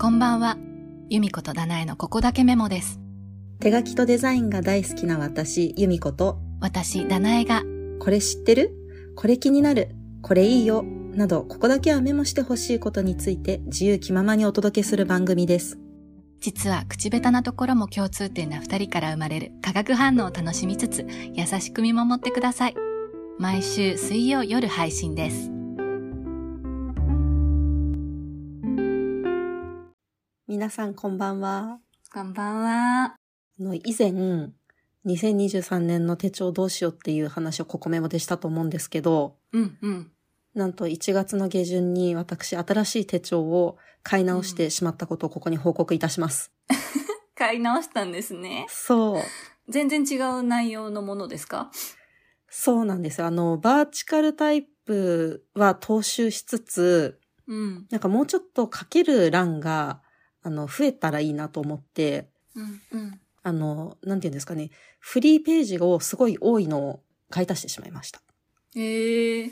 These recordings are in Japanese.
こんばんは。由美子とダナエのここだけメモです。手書きとデザインが大好きな私、由美子と、私、ダナエがこれ知ってるこれ気になるこれいいよなど、ここだけはメモしてほしいことについて自由気ままにお届けする番組です。実は口下手なところも共通点な二人から生まれる化学反応を楽しみつつ優しく見守ってください毎週水曜夜配信です皆さんこんばんは。こんばんはあの、以前、2023年の手帳どうしようっていう話をここメモでしたと思うんですけど、うんうんなんと1月の下旬に私新しい手帳を買い直してしまったことをここに報告いたします。買い直したんですねそう。全然違う内容のものですかそうなんですよ。あの、バーチカルタイプは踏襲しつつ、うんなんかもうちょっと書ける欄が、あの、増えたらいいなと思って、うんうんあの、なんていうんですかね、フリーページをすごい多いのを買い足してしまいました。えー、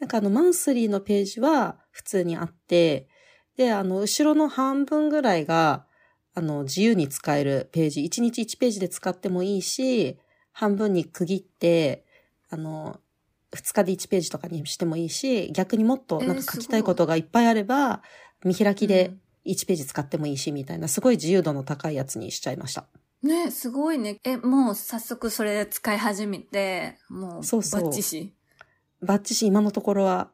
なんかあの、マンスリーのページは普通にあって、で、あの、後ろの半分ぐらいが、あの、自由に使えるページ、1日1ページで使ってもいいし、半分に区切って、あの、2日で1ページとかにしてもいいし、逆にもっとなんえーかすご書いきたいことがいっぱいあれば、見開きで1ページ使ってもいいし、みたいな、すごい自由度の高いやつにしちゃいました。ねすごいね。え、もう早速それ使い始めて、もうそうそうバッチシ。バッチシ今のところは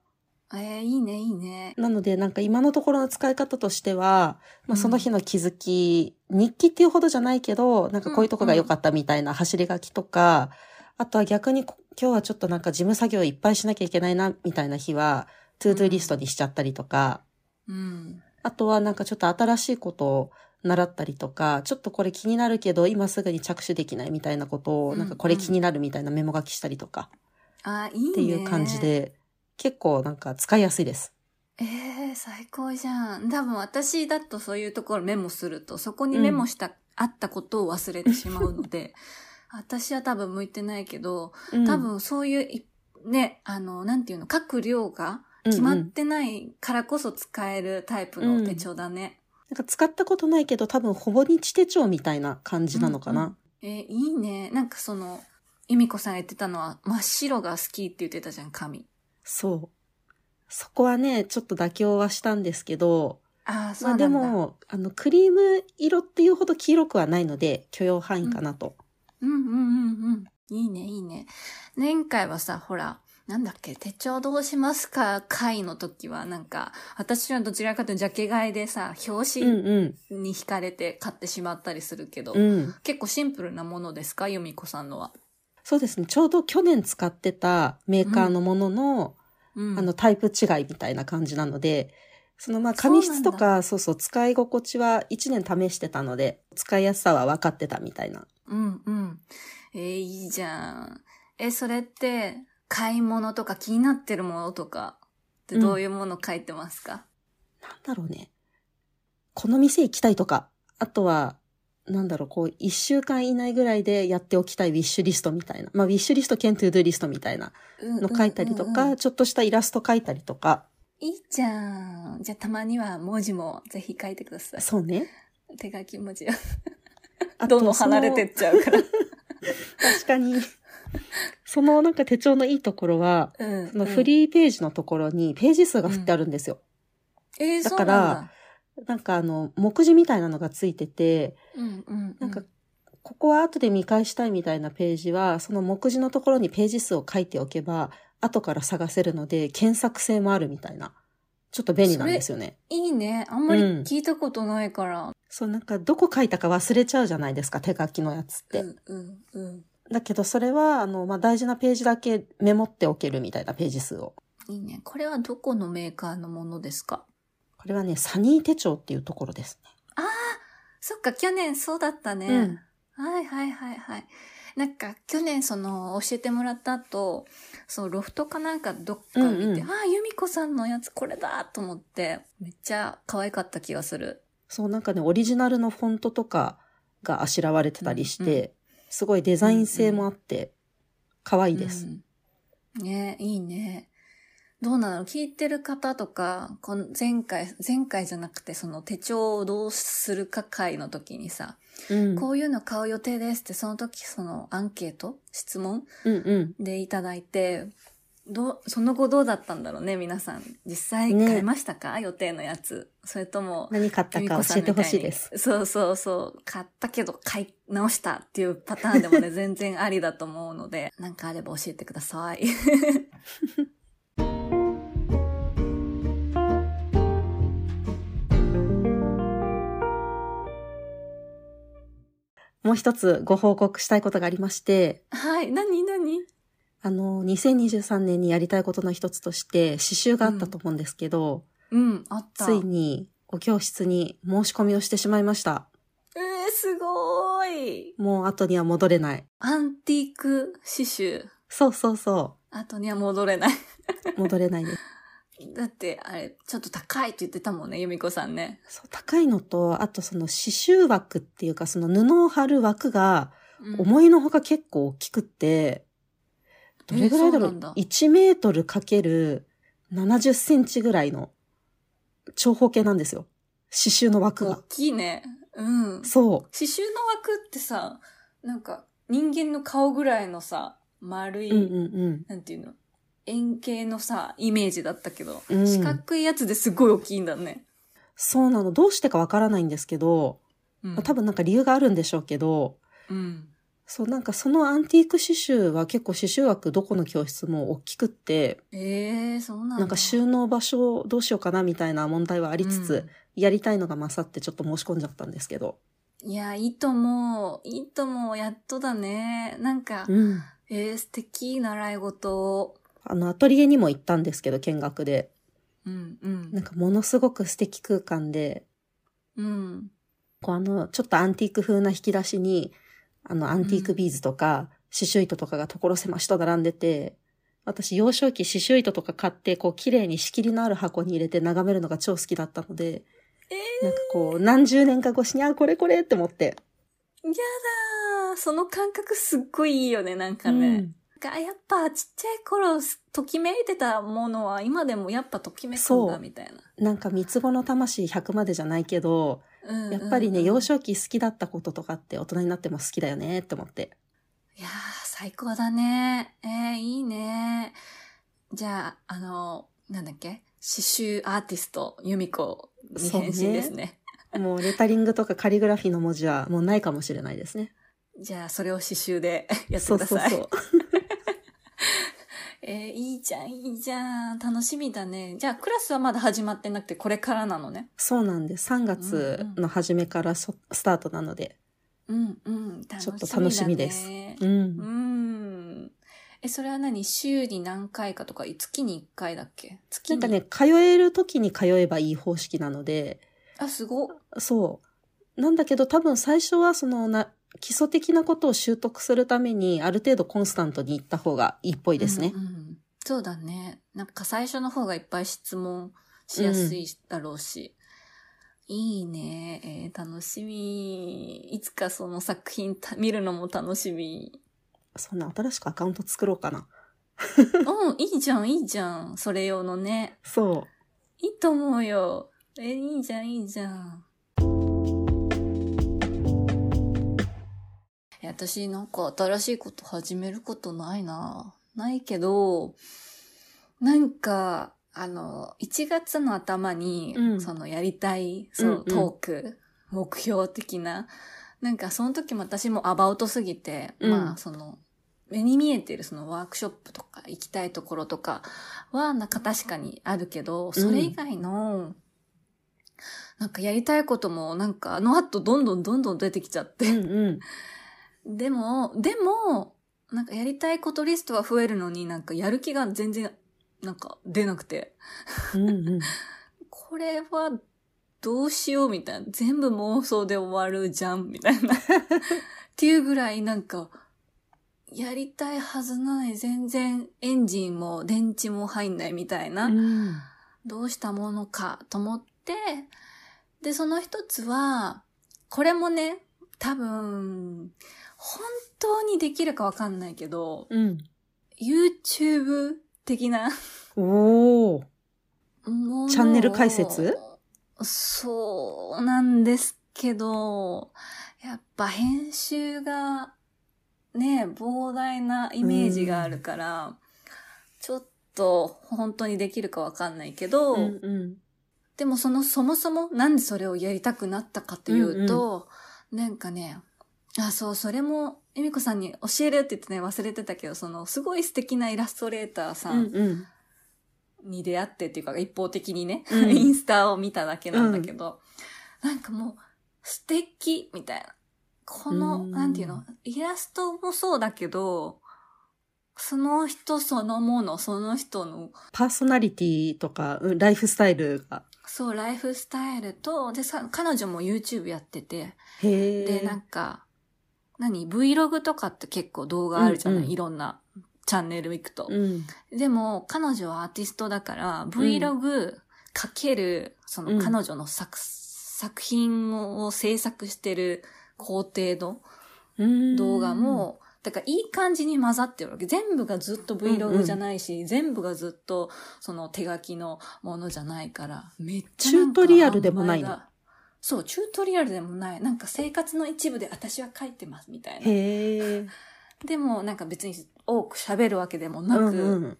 えーいいね、いいね。なので、なんか今のところの使い方としては、うまあ、んその日の気づき、日記っていうほどじゃないけど、なんかこういうとこが良かったみたいな走り書きとか、あとは逆にこ今日はちょっとなんか事務作業いっぱいしなきゃいけないな、みたいな日は、トゥードゥリストにしちゃったりとか、うん。あとはなんかちょっと新しいことを習ったりとか、ちょっとこれ気になるけど、今すぐに着手できないみたいなことを、うんなんかこれ気になるみたいなメモ書きしたりとか、あーいいね。っていう感じ。で、結構なんか使いやすいです。えー最高じゃん。多分私だとそういうところメモすると、そこにメモした、あったことを忘れてしまうの で、私は多分向いてないけど、うん多、分そういうい、ね、あの、なんていうの、書く量が決まうんうっんてないからこそ使えるタイプの手帳だね。なんか使ったことないけど多分ほぼ日手帳みたいな感じなのかな。えーいいね。なんかその、由美子さんが言ってたのは、真っ白が好きって言ってたじゃん、髪。そう。そこはね、ちょっと妥協はしたんですけど、ああ、そまうなあんだ。でも、あの、クリーム色っていうほど黄色くはないので、許容範囲かなと。うんうんうんうん。いいね、いいね。前回はさ、ほら、なんだっけ、手帳どうしますか会の時は、なんか、私はどちらかというとジャケ買いでさ、表うん、紙うん、に惹かれて買ってしまったりするけど、うん。結構シンプルなものですか由美子さんのは。そうですね。ちょうど去年使ってたメーカーのものの、うん。あの、、タイプ違いみたいな感じなので、そのまあ紙質とか、そうそう、使い心地は1年試してたので、使いやすさは分かってたみたいな。うんうん。えーいいじゃん。え、それって、買い物とか気になってるものとかってどういうもの書いてますか、なんだろうね。この店行きたいとか、あとは、なんだろう、こう、一週間以内ぐらいでやっておきたいウィッシュリストみたいな。まあ、ウィッシュリスト兼トゥードゥリストみたいなうんの書いたりとか、うんうんちょっとしたイラスト書いたりとか。いいじゃん。じゃあたまには文字もぜひ書いてくださそうね。い。手書き文字を。あとどんどん離れてっちゃうから。その確か に。そのなんか手帳のいいところは、うん、 そのフリーページのところにページ数が振ってあるんですよ。うん。えー、だそかうなんらだ。なんかあの、目次みたいなのがついてて、うんうんうん。なんか、ここは後で見返したいみたいなページは、その目次のところにページ数を書いておけば、後から探せるので、検索性もあるみたいな。ちょっと便利なんですよね。いいね。あんまりうん聞いたことないから。そう、なんか、どこ書いたか忘れちゃうじゃないですか、手書きのやつっうて。んうんうん。だけど、それは、あの、まあ、大事なページだけメモっておけるみたいなページ数を。いいね。これはどこのメーカーのものですかこれはね、サニー手帳っていうところですああ、そっか、去年そうだったね。うんはいはいはいはい。なんか、去年その、教えてもらった後、そう、ロフトかなんかどっか見て、うんうんああ、由美子さんのやつこれだと思って、めっちゃ可愛かった気がする。そう、なんかね、オリジナルのフォントとかがあしらわれてたりして、うんうすごいデザイン性もあって、可愛いです。うんねいいね。どうなの聞いてる方とか、この前回、前回じゃなくて、その手帳をどうするか会の時にさ、うんこういうの買う予定ですって、その時そのアンケート質問うんうん。でいただいて、どう、その後どうだったんだろうね、皆さん。実際ね買いましたか、予定のやつ。それとも、何買った由美か子教さんえみてたほしいです。にそうそうそう。買ったけど買い直したっていうパターンでも ね、全然ありだと思うので、なんかあれば教えてください。 もう一つご報告したいことがありまして、はい、なになにあの、2023年にやりたいことの一つとして、刺繍があったと思うんですけど、うん、あった。ついに、ご教室に申し込みをしてしまいました。えー、すごーい。もう後には戻れない。アンティーク刺繍。そうそうそ後には戻れない。 う。戻れないです。だって、あれ、ちょっと高いって言ってたもんね、由美子さんね。そう、高いのと、あとその刺繍枠っていうか、その布を貼る枠が、うん思いのほか結構大きくって、どれぐらいだろえそうなうんだ ?1 メートルかける70センチぐらいの長方形なんですよ。刺繍の枠大が。きいね。うん。そう。刺繍の枠ってさ、なんか人間の顔ぐらいのさ、丸い、うんうんうん。なんていうの、円形のさ、イメージだったけど、うん四角いやつですごい大きいんだね。そうなの。どうしてかわからないんですけど、うんまあ多分なんか理由があるんでしょうけど、うん。そうなんかそのアンティーク刺繍は結構刺繍枠どこの教室も大きくって、ええー、そうなんだ。なんか収納場所をどうしようかなみたいな問題はありつつ、やりたいのが勝ってちょっと申し込んじゃったんですけど。うん。いや、いいとも、いいとも、やっとだね。なんか、うん。えー、素敵、習い事。あの、アトリエにも行ったんですけど、見学で。うん、うなん。んかものすごく素敵空間で、うん。こうあの、ちょっとアンティーク風な引き出しに、あの、アンティークビーズとか、刺繍糸とかが所狭しと並んでて、私、幼少期刺繍糸とか買って、こう、綺麗に仕切りのある箱に入れて眺めるのが超好きだったので、えなんかこう、何十年か越しに、あ、これこれって思って。やだー。その感覚すっごいいいよね、なんかね。がやっぱちっちゃい頃すときめいてたものは今でもやっぱときめくんそだうみたいな。うんなんか、三つ子の魂100までじゃないけど、うんうんやっぱりね、うん幼少期好きだったこととかって大人になっても好きだよねって思って。いやー、最高だね。えー、いいね。じゃあ、あの、なんだっけ刺繍アーティスト、ユミコに変身ですそうね。もう、レタリングとかカリグラフィーの文字はもうないかもしれないですね。じゃあ、それを刺繍で やってそくうだそうさい。そう。えー、いいじゃん、いいじゃん。楽しみだね。じゃあ、クラスはまだ始まってなくて、これからなのね。そうなんです。3月の初めからそスタートなので。うん、うん。楽しみだねちょっと楽しみですうんうーん。え、それは何週に何回かとか、月に1回だっけ月なにんかね、通える時に通えばいい方式なので、あ、すごっ。そう。なんだけど多分最初はそのな、基礎的なことを習得するために、ある程度コンスタントに行った方がいいっぽいですねう。んうんそうだね。なんか最初の方がいっぱい質問しやすいだろうし。いいね。えー楽しみ。いつかその作品た見るのも楽しみ。そんな新しくアカウント作ろうかな。うん、いいじゃん、いいじゃん。それ用のね。そう。いいと思うよ。え、いいじゃん、いいじゃん。いや私なんか新しいこと始めることないな。ないけど、なんか、あの、1月の頭に、うんそのやりたい、そううんうんトーク、目標的な、なんかその時も私もアバウトすぎて、うんまあその、目に見えてるそのワークショップとか行きたいところとかはなんか確かにあるけど、それ以外の、なんかやりたいこともなんかあの後どんどんどんどん出てきちゃってう。んうん。でも、でも、なんかやりたいことリストは増えるのになんかやる気が全然なんか出なくて、う んうん。これはどうしようみたいな、全部妄想で終わるじゃんみたいな。 っていうぐらいなんか、やりたいはずなのに全然エンジンも電池も入んないみたいな。うんどうしたものかと思って、で、その一つは、これもね、多分、本当にできるかわかんないけど、うん。 YouTube っ的な。おお。ものをチャンネル解説そうなんですけど、やっぱ編集がね、膨大なイメージがあるから、ちょっと本当にできるかわかんないけど、うんうん。でもそのそもそもなんでそれをやりたくなったかというと、なんかね、あ、そう、それも、ゆみこさんに教えるって言ってね、忘れてたけど、その、すごい素敵なイラストレーターさうんんうん。に出会ってっていうか、一方的にね、うんインスタを見ただけなんだけど、なんかもう、素敵みたいな。この、うんなんていうの、イラストもそうだけど、その人そのもの、その人の、パーソナリティとか、うんライフスタイルが。そう、ライフスタイルと、で、さ、彼女も YouTube やってて、へえ。で、なんか、何 ?Vlog とかって結構動画あるじゃない、うんうんいろんなチャンネル行くと。うん。でも、彼女はアーティストだから、Vlog かける、そうんの彼女の作、作品を制作してる工程のうん動画、も、だからいい感じに混ざってるわけ。全部がずっとうんう Vlog んじゃないし、全部がずっとその手書きのものじゃないから、めっちゃなんかチュートリアルでもないのあんまりだそう、チュートリアルでもない。なんか生活の一部で私は書いてますみたいな。へえ。でもなんか別に多く喋るわけでもなうく、んうん。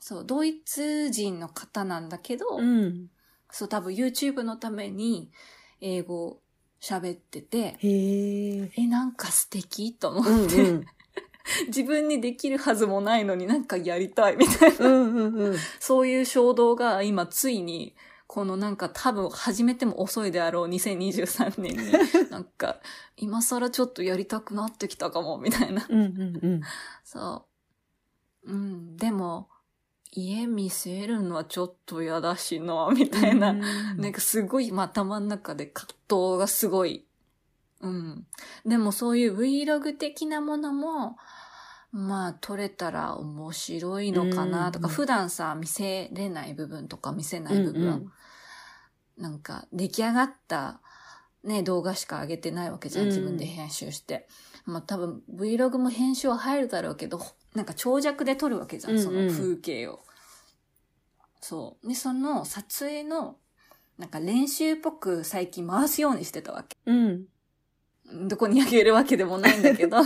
そう、ドイツ人の方なんだけど、うん。そう、多分 YouTube のために英語喋ってて、へえ。え、なんか素敵と思って、うんうん。 自分にできるはずもないのになんかやりたいみたいな、うんうんうん。そういう衝動が今ついに、このなんか多分始めても遅いであろう2023年 に、なんか今更ちょっとやりたくなってきたかも、みたいな。うんうんうん。そう。うん、でも、家見せるのはちょっと嫌だしな、みたいな。なんかすごい、まあ、頭の中で葛藤がすごい。うん。でもそういう Vlog 的なものも、まあ、撮れたら面白いのかなとか、うん普段さ、見せれない部分とか見せない部分、うんうんなんか、出来上がった、ね、動画しか上げてないわけじゃん、うん自分で編集して。まあ、多分 Vlog も編集は入るだろうけど、なんか長尺で撮るわけじゃん、そうんのうん風景を。そう。で、その撮影の、なんか練習っぽく最近回すようにしてたわけ。うん。どこにあげるわけでもないんだけど。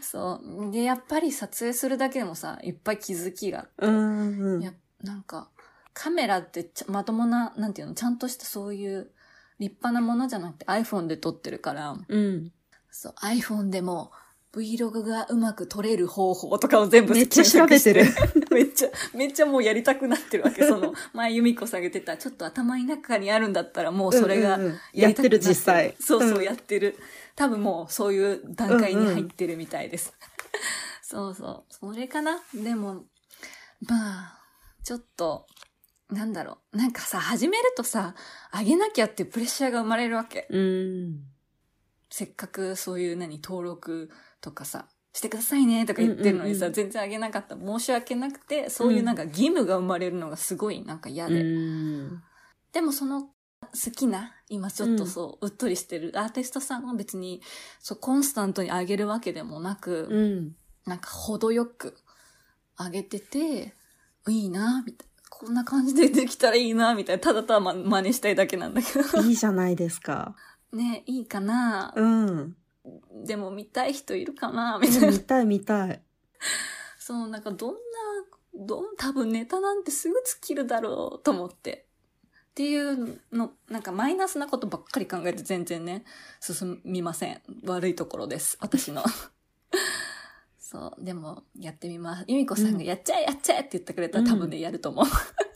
そう。で、やっぱり撮影するだけでもさ、いっぱい気づきがあって。うんうん。やなんか、カメラってちゃまともな、なんていうの、ちゃんとしたそういう立派なものじゃなくて iPhone で撮ってるから、うん。そう、iPhone でも Vlog がうまく撮れる方法とかを全部めっちゃ調べてる検索 して。めっちゃ、めっちゃもうやりたくなってるわけ。その、前由美子さんが言ってた、ちょっと頭の中にあるんだったらもうそれがうんうんうんやりたくなやってる実際そううそんう、やってる。多分もうそういう段階に入ってるみたいです。 そうそう。それかなでも、まあ、ちょっと、なんだろう。なんかさ、始めるとさ、あげなきゃっていうプレッシャーが生まれるわけ。うん。せっかくそういう何登録とかさしてくださいねとか言ってるのにさ、うんうんうん全然あげなかった申し訳なくてそういうなんか義務が生まれるのがすごいなんか嫌うで、ん。でもその好きな今ちょっとそう、うっとりしてるアーティストさんは別にそうコンスタントにあげるわけでもなく、うん。なんか程よくあげてていいなみたいなこんな感じでできたらいいなみたいなただただま真似したいだけなんだけ どいいじゃないですか。ねいいかな、 うん。でも見たい人いるかなみたいな見たい見たい。そう、なんかどんな、どん、多分ネタなんてすぐ尽きるだろうと思って。っていうの、なんかマイナスなことばっかり考えて全然ね、進みません。悪いところです。私 の。そう、でもやってみます。ゆみこさんうんがやっちゃえやっちゃえって言ってくれたら多分ね、やると思う。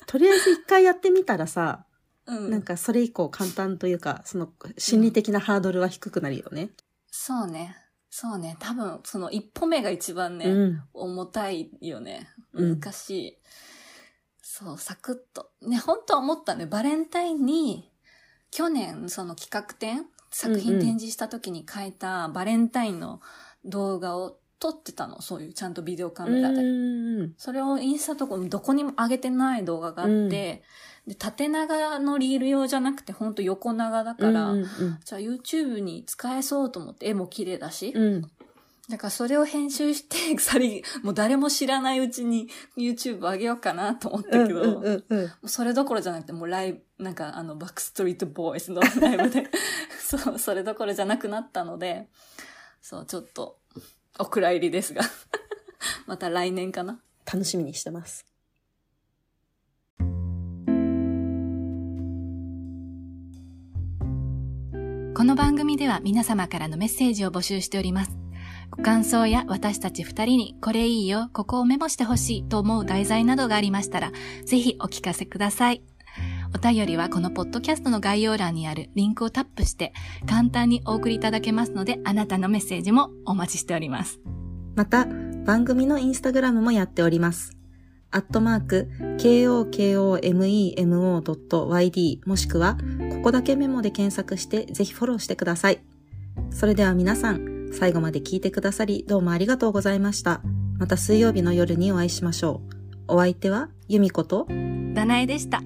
とりあえず一回やってみたらさ、うん。なんかそれ以降簡単というか、その心理的なハードルは低くなるよね。そうね。そうね。多分、その一歩目が一番ね、うん。重たいよね。うん難しい。そう、サクッと。ね、本当は思ったね。バレンタインに、去年、その企画展、作うんう品ん展示した時に書いたバレンタインの動画を撮ってたの。そういう、ちゃんとビデオカうメラで。ん。それをインスタとかどこにも上げてない動画があって、うんで、縦長のリール用じゃなくて、ほんと横長だから、うんうんじゃあ YouTube に使えそうと思って、絵も綺麗だし、うん。だからそれを編集して、 鎖、もう誰も知らないうちに YouTube 上げようかなと思ったけど、うんうんうんうん。もうそれどころじゃなくて、もうライブ、なんかあの、バックストリートボーイズのライブで、 そう、それどころじゃなくなったので、そう、ちょっと、お蔵入りですが、 また来年かな。楽しみにしてます。この番組では皆様からのメッセージを募集しております。ご感想や私たち二人にこれいいよ、ここをメモしてほしいと思う題材などがありましたら、ぜひお聞かせください。お便りはこのポッドキャストの概要欄にあるリンクをタップして簡単にお送りいただけますので、あなたのメッセージもお待ちしております。また、番組のインスタグラムもやっております。アットマーク、kokomemo.yd もしくは、ここだけメモで検索して、ぜひフォローしてください。それでは皆さん、最後まで聞いてくださり、どうもありがとうございました。また水曜日の夜にお会いしましょう。お相手は、ゆみこと、ダナエでした。